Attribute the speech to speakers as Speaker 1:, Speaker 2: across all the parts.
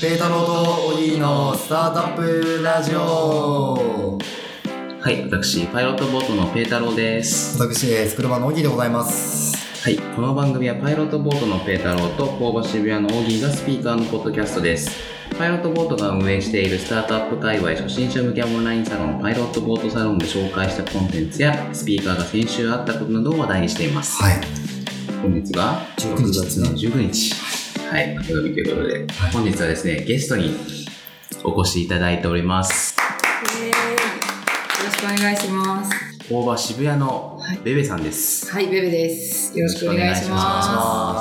Speaker 1: ペータローとオギーのスタートアップラジオ
Speaker 2: はい、私、パイロットボートのペータローです。
Speaker 1: 私、えースクルバのオギーでございます。
Speaker 2: はい、この番組はパイロットボートのペータローと工場渋谷のオギーがスピーカーのポッドキャストです。パイロットボートが運営しているスタートアップ界隈初心者向けオンラインサロンパイロットボートサロンで紹介したコンテンツやスピーカーが先週あったことなどを話題にしています。
Speaker 1: はい。
Speaker 2: 本日が
Speaker 1: 19日
Speaker 2: 6月の19日。はい、火曜日ということで、
Speaker 1: はい
Speaker 2: 本日はですね、ゲストにお越しいただいております。
Speaker 3: イエーイよろしくお願いします。
Speaker 2: 工場渋谷のベベさんです。
Speaker 3: はい、ベベです。よろしくお願いしま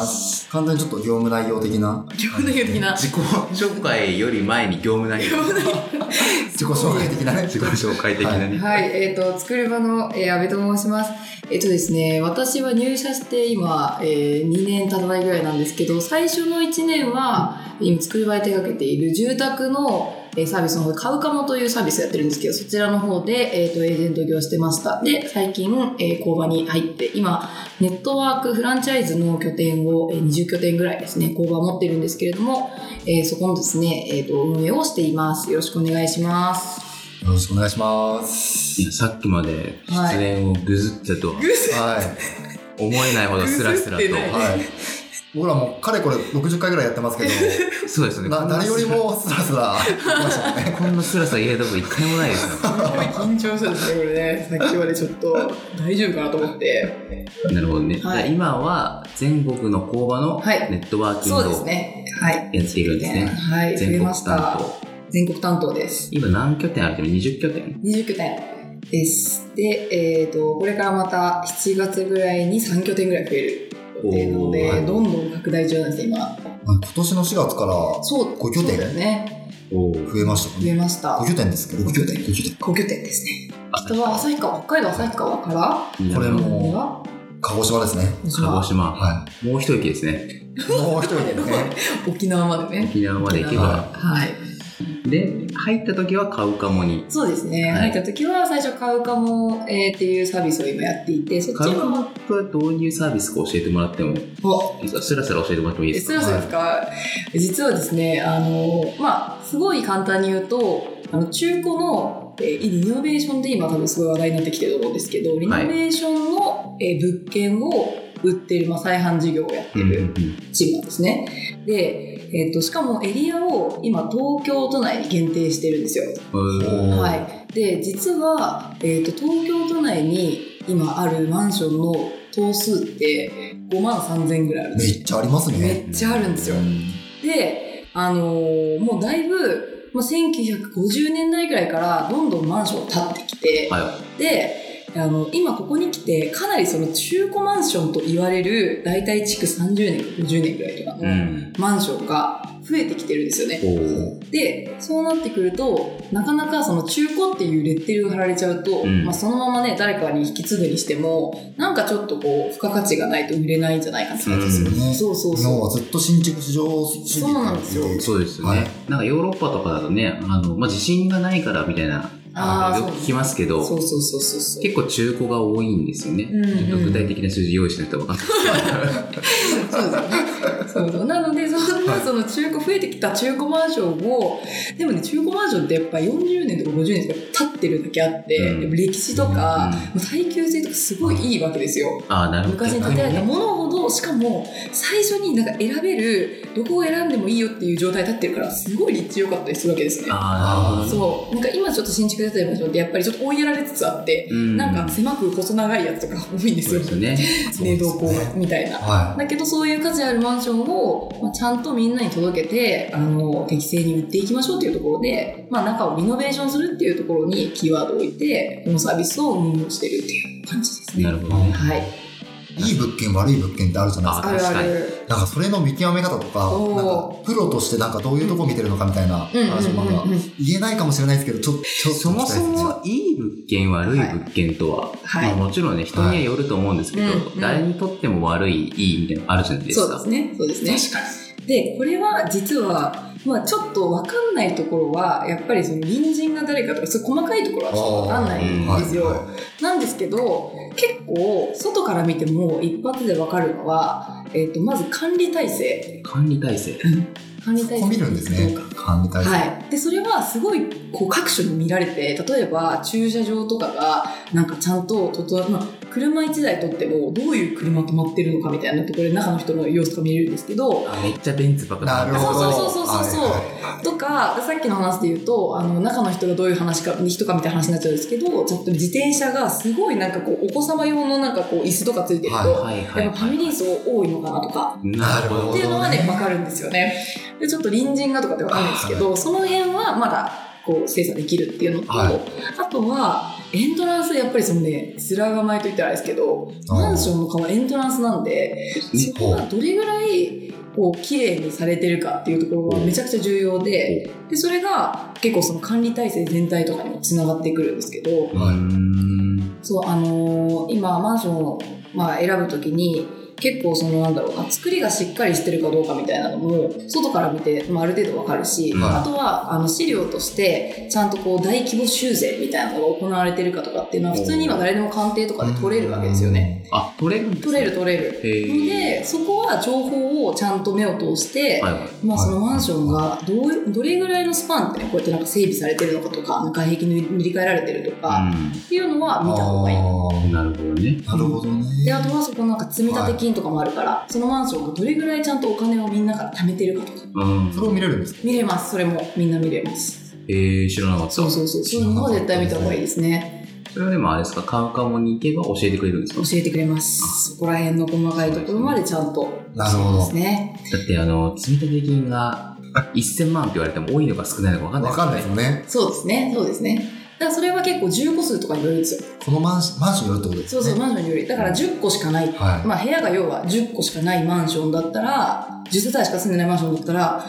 Speaker 1: 完全にちょっと業務内容的な
Speaker 3: す。今日の的な。
Speaker 2: 自己紹介より前に業務内容
Speaker 1: 自己紹介的なね。
Speaker 2: 自己紹介的なね、
Speaker 3: はい、えっ、と、作る場の、えー、安部と申します。えっ、とですね、私は入社して今、えー、2年経たないぐらいなんですけど、最初の1年は、今、作る場で手掛けている住宅の、えーサービスの方で、買うかもというサービスをやってるんですけど、そちらの方で、えっ、と、エージェント業をしてました。で、最近、えー、工場に入って、今、ネットワークフランチャイズの拠点を、えー20拠点ぐらいですね、工場を持ってるんですけれども、えーそこのですね、えっ、と、運営をしています。よろしくお願いします。
Speaker 1: よろしくお願いします。
Speaker 2: さっきまで出演をぐずってたとは
Speaker 1: はい。
Speaker 2: 思えないほどスラスラと、
Speaker 3: ぐずってない
Speaker 1: はい。僕らもうかれこれ60回ぐらいやってますけ
Speaker 2: そうですよ
Speaker 1: ど、
Speaker 2: ね
Speaker 1: な誰よりもスラスラ来ましたね。
Speaker 2: こんなスラスラ言えたこと一回もないですよ
Speaker 3: 緊張したですね、これね。さっきまでちょっと大丈夫かなと思って。
Speaker 2: なるほどね、
Speaker 3: はい
Speaker 2: じゃあ今は全国の工場の
Speaker 3: はい
Speaker 2: ネットワーキン
Speaker 3: そう
Speaker 2: グ
Speaker 3: です
Speaker 2: を
Speaker 3: ね。はい。
Speaker 2: やっているんですね、
Speaker 3: はい、増
Speaker 2: 全
Speaker 3: え
Speaker 2: 国
Speaker 3: ました
Speaker 2: 担。当
Speaker 3: 全国担当です。
Speaker 2: 今何拠点あるけど20拠点
Speaker 3: 20拠点です。で、えっ、と、これからまた7月ぐらいに3拠点ぐらい増える予定なの
Speaker 2: おー
Speaker 3: で、どんどん拡大中なんですよ、今。
Speaker 1: 今年の4月から
Speaker 3: そう、
Speaker 1: 五拠点
Speaker 3: そうだよね。
Speaker 2: お
Speaker 1: 増えました
Speaker 3: 増
Speaker 1: ね。
Speaker 3: えました。
Speaker 1: 5拠点ですけど、5拠点、5拠点。
Speaker 3: 5拠点ですね。北は旭川、北海道旭川から、
Speaker 1: これも
Speaker 3: 南は
Speaker 1: 鹿児島ですね。
Speaker 2: 鹿児島
Speaker 1: は
Speaker 2: もう一駅ですね
Speaker 1: い。もう一人でね。
Speaker 3: 沖縄までね。
Speaker 2: 沖縄まで行けば
Speaker 3: はい。
Speaker 2: で入った時は買うかもに
Speaker 3: そうですね、
Speaker 2: はい
Speaker 3: 入った時は最初買うかも、えーっていうサービスを今やっていてそっ
Speaker 2: カ
Speaker 3: ち
Speaker 2: ウカ
Speaker 3: の
Speaker 2: モップどういうサービスか教えてもらっても、
Speaker 3: お
Speaker 2: スラスラ教えてもらってもいいです
Speaker 3: ス
Speaker 2: か
Speaker 3: ラスラですか、実はですねあのまあすごい簡単に言うとあの中古の、えーリノベーションで今多分すごい話題になってきてると思うんですけどリノベーションの、えー物件を売ってる、まあ、再販事業をやっ
Speaker 2: う
Speaker 3: て
Speaker 2: んうん
Speaker 3: るチームなんですね、で、えー、としかもエリアを今東京都内に限定してるんですよ
Speaker 2: うん。
Speaker 1: おー
Speaker 3: はい、で実は、えー、と東京都内に今あるマンションの棟数って5万3000ぐらいあるんで
Speaker 1: め
Speaker 3: すよ
Speaker 1: っちゃありますね。
Speaker 3: めっちゃあるんですよで、あのーもうだいぶ、まあ、1950年代ぐらいからどんどんマンション建ってきて
Speaker 2: は
Speaker 3: であの今ここに来てかなりその中古マンションと言われる大体築30年50年ぐらいとか
Speaker 2: い。う
Speaker 3: の
Speaker 2: ん。
Speaker 3: マンションが増えてきてるんですよね、
Speaker 2: おー
Speaker 3: でそうなってくるとなかなかその中古っていうレッテルが貼られちゃうと、
Speaker 2: うん
Speaker 3: まあ、そのままね誰かに引き継ぐにしてもなんかちょっとこう付加価値がないと売れないんじゃないかなっ
Speaker 2: う
Speaker 3: て感
Speaker 2: ん
Speaker 3: じです、
Speaker 1: ね
Speaker 3: そうそう
Speaker 1: 日本
Speaker 3: そ
Speaker 1: は
Speaker 3: う
Speaker 1: ずっと新築市場主義
Speaker 3: そうなんですよ
Speaker 2: そうですよ
Speaker 1: は
Speaker 2: ね
Speaker 1: い。
Speaker 2: なんかヨーロッパとかだとね、あの、まあ、地震がないからみたいな、
Speaker 3: あー
Speaker 2: あのよく聞きますけど、
Speaker 3: そうそうそうそうそう
Speaker 2: 結構中古が多いんですよね。
Speaker 3: うんうん
Speaker 2: ちょっと具体的な数字用意しないとわかんない。
Speaker 3: そうだねそうそうなのでそんなその中古増えてきた中古マンションをでもね中古マンションってやっぱ40年とか50年とか経ってるだけあって、
Speaker 2: うん
Speaker 3: やっぱ歴史と
Speaker 2: うん
Speaker 3: か、もう耐久性とかすごいいいわけですよ、
Speaker 2: ああ、なるほど。
Speaker 3: 昔に建てられたものほどしかも最初になんか選べるどこを選んでもいいよっていう状態に立ってるからすごい立地良かったりするわけですね
Speaker 2: ああ、なるほどね。
Speaker 3: そうなんか今ちょっと新築建てたりもってやっぱりちょっと追いやられつつあって、
Speaker 2: うん
Speaker 3: なんか狭く細長いやつとか多いんです
Speaker 2: そう
Speaker 3: よ
Speaker 2: ですよね。
Speaker 3: ね動向
Speaker 1: は
Speaker 3: みたいなだけどそういう価値あるマンションを、まあ、ちゃんとみんなに届けてあの適正に売っていきましょうというところで、まあ、中をリノベーションするっていうところにキーワードを置いてこのサービスを運用してるっていう感じですね
Speaker 2: なるほどね。
Speaker 3: はい
Speaker 1: い、いい物件悪い物件ってあるじゃないです
Speaker 3: あ
Speaker 1: か
Speaker 2: 確か
Speaker 3: るあ
Speaker 2: に
Speaker 3: る
Speaker 1: なんかそれの見極め方とか
Speaker 3: おー
Speaker 1: なんかプロとしてなんかどういうとこ見てるのかみたいな話もなんか言えないかもしれないですけどちょちょ
Speaker 2: そもそ
Speaker 1: ちょっ
Speaker 2: もいい物件悪い物件とは、
Speaker 3: はい
Speaker 2: まあ、もちろんね人にはよると思うんですけど、
Speaker 3: はいうんうん
Speaker 2: 誰にとっても悪いいいみたいなのあるじゃないですか
Speaker 3: そうですねそうですね
Speaker 2: 確か
Speaker 3: でこれは実は、まあ、ちょっと分かんないところはやっぱりその隣人が誰かとかそういう細かいところはちょっと分かんないんですよ、
Speaker 1: あーはいは
Speaker 3: なんですけど結構外から見ても一発で分かるのは、えっとまず管理体制
Speaker 2: に管理体制
Speaker 3: 管理体
Speaker 1: こ見るんですね
Speaker 3: そう。
Speaker 1: 管理体制。
Speaker 3: はい、でそれはすごいこう各所に見られて例えば駐車場とかがなんかちゃんと整まあ、車1台取ってもどういう車止まってるのかみたいなところで中の人の様子とか見れるんですけど
Speaker 2: あめっちゃベンツばっか
Speaker 1: なるほど。
Speaker 3: そうそうそうそうそう
Speaker 1: はい
Speaker 3: とかさっきの話で言うとあの中の人がどういう話か人かみたいな話になっちゃうんですけどちょっと自転車がすごいなんかこうお子様用のなんかこう椅子とかついてると、
Speaker 1: はい
Speaker 2: はいはい
Speaker 3: やっぱファミリー層多いのかなとか
Speaker 2: なるほ
Speaker 3: っ
Speaker 2: ど
Speaker 3: ていうのはね、わかるんですよね。で、ちょっと隣人がとかってわかるんないですけど、その辺はまだ、こう、精査できるっていうのと、
Speaker 1: はい
Speaker 3: あとは、エントランス、やっぱりそのね、面構えと言ったらあれですけど、
Speaker 1: あー
Speaker 3: マンションの顔はエントランスなんで、
Speaker 1: 一
Speaker 3: そこ
Speaker 1: 方
Speaker 3: がどれぐらい、こう、綺麗にされてるかっていうところがめちゃくちゃ重要で、で、それが結構その管理体制全体とかにもつながってくるんですけど、
Speaker 1: はいう
Speaker 2: ーん
Speaker 3: そう、あのー今、マンションを、まあ、選ぶときに、結構そのなんだろうな作りがしっかりしてるかどうかみたいなのも外から見て、まあ、ある程度わかるし、
Speaker 1: はい
Speaker 3: あとはあの資料としてちゃんとこう大規模修繕みたいなのが行われてるかとかっていうのは普通に今誰でも鑑定とかで取れるわけですよね。。
Speaker 2: あ取れるんです
Speaker 3: 取れる取れる。
Speaker 2: へー
Speaker 3: でそこは情報をちゃんと目を通して、
Speaker 2: はいはい
Speaker 3: まあ、そのマンションがどうどれぐらいのスパンでねこうやってなんか整備されてるのかとか外壁に塗り替えられてるとか、っていうのは見た方がいい。
Speaker 2: うんなるほどね
Speaker 1: あーなるほどね。
Speaker 3: であとはそこなんか積立金とかもあるから、そのマンションがどれぐらいちゃんとお金をみんなから貯めてるかとか
Speaker 2: うん
Speaker 1: それを見れるんですか
Speaker 3: 見れますそれもみんな見れます
Speaker 2: えー、知らなかった
Speaker 3: そうそうそうそういうのは絶対見た方がいいですね
Speaker 2: それはでもあれですか買うかもに行けば教えてくれるんですか
Speaker 3: 教えてくれますそこら辺の細かいところまでちゃんと
Speaker 1: なるほ
Speaker 3: で
Speaker 1: ど
Speaker 3: す。ね
Speaker 2: だってあの積立金が1000万って言われても多いのか少ないのか分かんない
Speaker 1: わかんないです
Speaker 2: よ
Speaker 1: よね。
Speaker 3: そうですねそうですねだからそれは結構住戸数とかによるんですよ
Speaker 1: このマンションマンションによるってことです
Speaker 3: そ
Speaker 1: ね。
Speaker 3: うそうマンションによりだから10個しかな
Speaker 1: は
Speaker 3: い
Speaker 1: い。
Speaker 3: まあ部屋が要は10個しかないマンションだったら10世帯しか住んでないマンションだったら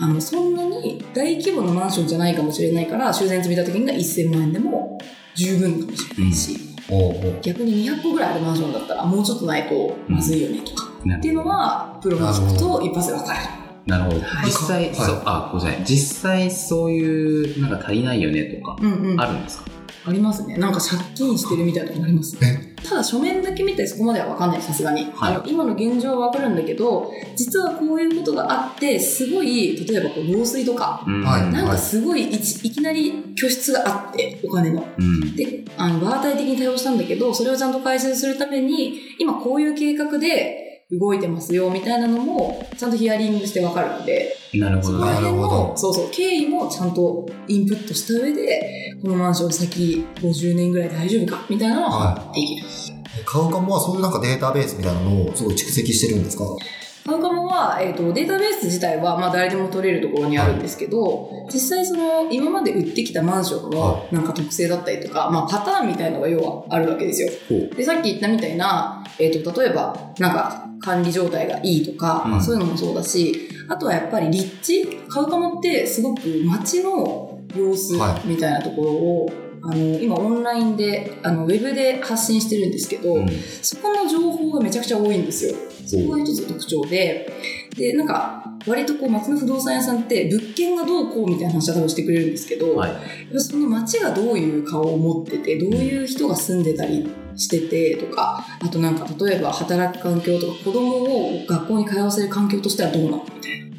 Speaker 3: あのそんなに大規模なマンションじゃないかもしれないから修繕積立金が1000万円でも十分かもしれないし、
Speaker 1: おうおう
Speaker 3: 逆に200個ぐらいあるマンションだったらもうちょっとないとまずいよねとか、
Speaker 2: なるほど
Speaker 3: っていうのはプロの聞くと一発で分かる。
Speaker 2: なるほど
Speaker 3: はい
Speaker 2: 実際、
Speaker 1: はい
Speaker 2: そうあごめんなさい実際そういうなんか足りないよねとか
Speaker 3: うんうん、
Speaker 2: あ
Speaker 3: あ
Speaker 2: るんですか、
Speaker 3: りますねなんか借金してるみたいなとこあります
Speaker 1: え
Speaker 3: ただ書面だけ見てそこまでは分かんないさすがに、
Speaker 2: はい
Speaker 3: あの今の現状は分かるんだけど実はこういうことがあってすごい例えばこう漏水とか
Speaker 2: うん
Speaker 1: はい
Speaker 3: なんかすごいいちいきなり拠出があってお金の。
Speaker 2: うん
Speaker 3: であの場当たり的に対応したんだけどそれをちゃんと改善するために今こういう計画で動いてますよみたいなのもちゃんとヒアリングして分かるので
Speaker 2: なるほ
Speaker 3: そ
Speaker 2: ど
Speaker 3: こら
Speaker 2: ね
Speaker 1: なる
Speaker 3: 辺
Speaker 1: ほ
Speaker 3: の
Speaker 1: ど
Speaker 3: そうそう経緯もちゃんとインプットした上でこのマンション先50年ぐらい大丈夫かみたいなのは
Speaker 1: は
Speaker 3: できる。
Speaker 1: い。カウカモはそういうなんかデータベースみたいなのをすごい蓄積してるんですか
Speaker 3: カウカモは、えー、とデータベース自体は、まあ、誰でも取れるところにあるんですけど、実際その今まで売ってきたマンションの
Speaker 1: は
Speaker 3: なんか特性だったりとか、まあ、パターンみたいのが要はあるわけですよ。
Speaker 2: ほう
Speaker 3: でさっき言ったみたいな、えー、と例えばなんか管理状態がいいとか、
Speaker 2: うん
Speaker 3: そういうのもそうだしあとはやっぱり立地カウカモってすごく街の様子
Speaker 1: は
Speaker 3: みたいなところを、あの今オンラインであのウェブで発信してるんですけど、
Speaker 2: うん
Speaker 3: そこの情報がめちゃくちゃ多いんですよ。そこが一つ特徴で、で、なんか、割とこう、松の不動産屋さんって、物件がどうこうみたいな話は多分してくれるんですけど、
Speaker 2: はい
Speaker 3: その街がどういう顔を持ってて、どういう人が住んでたりしててとか、あとなんか、例えば働く環境とか、子供を学校に通わせる環境としてはどうなのか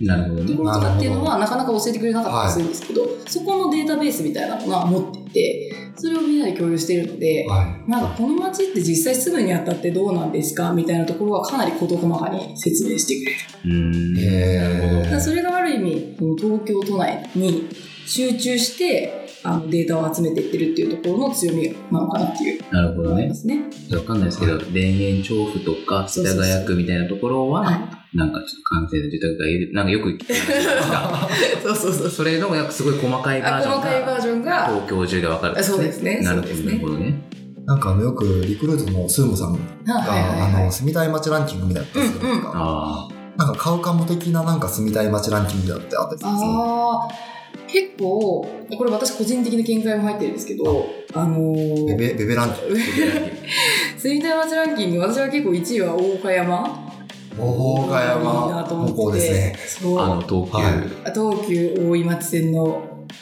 Speaker 2: なるほど
Speaker 3: と
Speaker 2: ね
Speaker 3: ころとかっていうの
Speaker 1: なる
Speaker 3: は、なかなか教えてくれなかったりするんですけど、そこのデータベースみたいなのは持ってて、それをみんなで共有しているので、
Speaker 1: はい。
Speaker 3: なんかこの街って実際すぐにあたってどうなんですかみたいなところはかなり事細かに説明してくれる。
Speaker 2: うーん
Speaker 1: え
Speaker 3: だからそれがある意味その東京都内に集中してあのデータを集めていってるっていうところの強みなのかなっていう
Speaker 2: なるほど
Speaker 3: 思い
Speaker 2: ね
Speaker 3: ますね。
Speaker 2: わかんないですけど田園調布とか
Speaker 3: そ
Speaker 2: 世
Speaker 3: うそうそう
Speaker 2: 田谷区みたいなところは
Speaker 3: は
Speaker 2: なんかちょっと完成の住宅がいるなんかよく聞くじゃないですか
Speaker 3: そうそうそう。
Speaker 2: それのなんかすごい細かいバー
Speaker 3: あ
Speaker 2: ジョ
Speaker 3: 細
Speaker 2: ン
Speaker 3: かいバ
Speaker 2: が
Speaker 3: ージョンが
Speaker 2: 東京中でわかるん
Speaker 3: そうですね
Speaker 2: なるほ
Speaker 3: そ
Speaker 2: ど
Speaker 3: うです
Speaker 2: な
Speaker 3: ね
Speaker 2: るほどね
Speaker 1: ーなんかあのよくリクルートのスーモさん
Speaker 3: は
Speaker 1: が、
Speaker 3: いはいはい
Speaker 1: あ
Speaker 3: は
Speaker 1: の、住みたい街ランキングみたいなのあったりするんですか、
Speaker 2: あ
Speaker 1: なんかカウカモ的ななんか住みたい街ランキングみたいなのってあったりするんですか
Speaker 3: あー結構これ私個人的な見解も入ってるんですけどあのー
Speaker 1: ベベベベランキン
Speaker 2: あ
Speaker 3: 住みたい街ランキング私は結構1位は大岡山
Speaker 1: グ。大岡
Speaker 3: いいな
Speaker 1: 山
Speaker 3: と思って
Speaker 1: 高校ですね。
Speaker 3: そう
Speaker 2: あの東急、
Speaker 1: はい
Speaker 3: 東急大井町線の、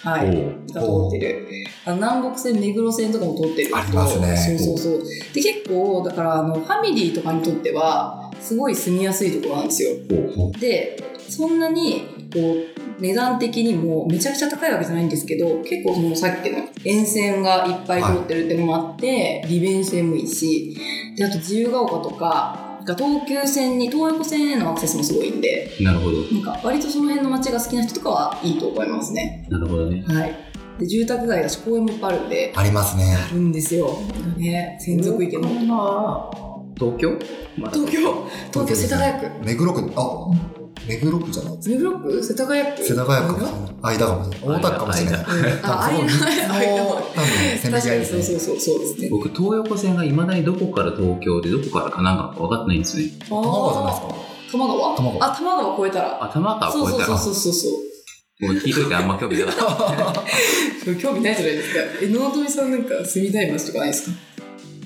Speaker 3: は
Speaker 2: お
Speaker 3: い、
Speaker 2: う
Speaker 3: が通ってるあの南北線目黒線とかも通ってる
Speaker 1: ありますね
Speaker 3: そうそうそうで結構だからあのファミリーとかにとってはすごい住みやすいところなんですよ
Speaker 2: おう
Speaker 3: でそんなにこう値段的にもめちゃくちゃ高いわけじゃないんですけど結構そのさっきの沿線がいっぱい通ってるっていうのもあって、利便性もいいしであと自由が丘とかが東急線に東横線へのアクセスもすごいんで
Speaker 2: なるほど。
Speaker 3: なんか割とその辺の街が好きな人とかはいいと思いますね。
Speaker 2: なるほどね。
Speaker 3: はい、で住宅街だし公園もいっぱいあるんで
Speaker 1: ありますね。
Speaker 3: あるんですよ。ね、専属池の
Speaker 2: 東京まだ
Speaker 3: 東京東京世田谷区
Speaker 1: 目黒区、あ、目黒区じゃないです
Speaker 3: 目黒区世田谷区
Speaker 1: 世田谷区かも
Speaker 3: か
Speaker 1: しれない。間かもしれない。大田区かもしれない。
Speaker 3: あ、あ
Speaker 1: 多
Speaker 3: い
Speaker 1: 分
Speaker 3: な
Speaker 1: その三
Speaker 3: い
Speaker 1: つ
Speaker 3: あい
Speaker 1: の多分せめぎ
Speaker 3: 確か
Speaker 1: 合いで
Speaker 3: に
Speaker 1: す
Speaker 3: そう
Speaker 1: ね。
Speaker 3: そうそうそうですね
Speaker 2: 僕、東横線がいまだにどこから東京でどこから神奈川か分かってないんですね。
Speaker 1: 多摩川じゃないです
Speaker 3: あ
Speaker 1: か
Speaker 3: ー多摩川
Speaker 1: 多摩川
Speaker 3: あ多摩川越えたら
Speaker 2: あ、玉川
Speaker 3: そう
Speaker 2: 越え
Speaker 3: そう
Speaker 2: た
Speaker 3: そ
Speaker 2: ら
Speaker 3: う。そうそうそう
Speaker 2: 僕聞いといてあんま興味なかった。
Speaker 3: 興味ないじゃないですかえ納富さんなんか住みたい街とかないですか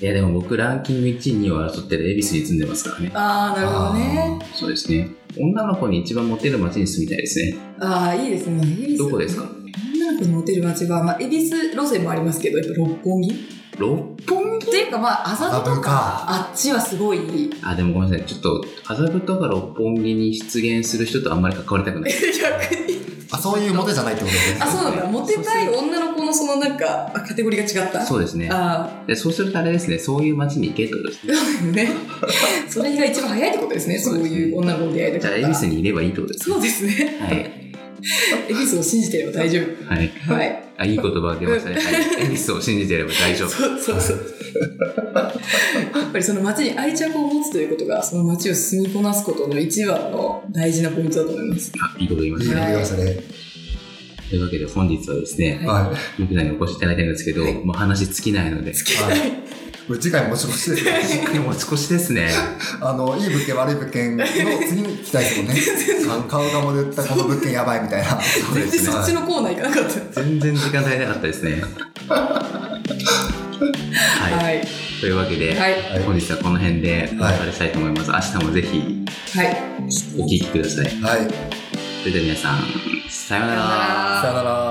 Speaker 2: いや、でも僕ランキング1位、2位を争ってる恵比寿に住んでますからね。
Speaker 3: ああなるほどね
Speaker 2: そうですね。女の子に一番モテる街に住みたいですね。
Speaker 3: ああーいいですね恵比寿
Speaker 2: どこですか
Speaker 3: 女の子にモテる街は、まあ、恵比寿路線もありますけどやっぱ六本木
Speaker 2: 六本木
Speaker 3: っていうかまあ麻布
Speaker 1: 麻
Speaker 3: と
Speaker 1: 布
Speaker 3: か
Speaker 1: か
Speaker 3: あっちはすごいい
Speaker 2: あ、でもごめんなさい。ちょっと、麻布とか六本木に出現する人とあんまり関わりたくない。
Speaker 3: や
Speaker 1: あ、そういうモテじゃないってことですね。
Speaker 3: あそうなんだモテたい女の子のそのなんかカテゴリーが違った
Speaker 2: そうですね。
Speaker 3: あ
Speaker 2: でそうするとあれですね、そういう街に行けってことですね。
Speaker 3: あね それが一番早いってことですね
Speaker 2: そ
Speaker 3: そうう
Speaker 2: ですね
Speaker 3: いう女の子に出会い
Speaker 2: じ
Speaker 3: た
Speaker 2: ゃあ、
Speaker 3: かっ
Speaker 2: 恵
Speaker 3: た
Speaker 2: 比
Speaker 3: ら
Speaker 2: 寿にいればいいってことですね。
Speaker 3: そうですね
Speaker 2: はい。
Speaker 3: 恵比寿を信じてれば大丈
Speaker 2: はい。
Speaker 3: 夫はい
Speaker 2: あ、いい言葉出ましたね。 はい。恵比寿を信じてれば大丈夫。
Speaker 3: そうそうそうやっぱりその街に愛着を持つということがその街を住みこなすことの一番の大事なポイントだと思います
Speaker 2: あ、いいこと言いまし
Speaker 1: 言
Speaker 2: たね。
Speaker 1: われましたね。
Speaker 2: というわけで本日はですね、
Speaker 1: はい。
Speaker 2: ゆくなにお越しいただいたんですけど、もう話尽きないので、し
Speaker 1: はい。これ次回もしもしですね。
Speaker 2: っかり持ち越しですね。
Speaker 1: あの、いい物件、悪い物件の次に行きたいですもんね。か顔が戻ったこの物件やばいみたいな。
Speaker 2: そうで
Speaker 3: 全然
Speaker 2: す
Speaker 3: そっち
Speaker 2: ね。
Speaker 3: のコーナー行かなかっ
Speaker 2: 全然時間足りなかったですね。
Speaker 3: た
Speaker 2: は
Speaker 3: はい
Speaker 2: い。というわけで、
Speaker 3: はい
Speaker 1: はい
Speaker 2: 本日はこの辺でお別れしたいと思います。明日もぜひ
Speaker 3: はい
Speaker 2: お聞きください。
Speaker 1: はい。
Speaker 2: それでは皆さん、さような
Speaker 3: さよう
Speaker 2: ら
Speaker 3: なら。
Speaker 1: さよなら。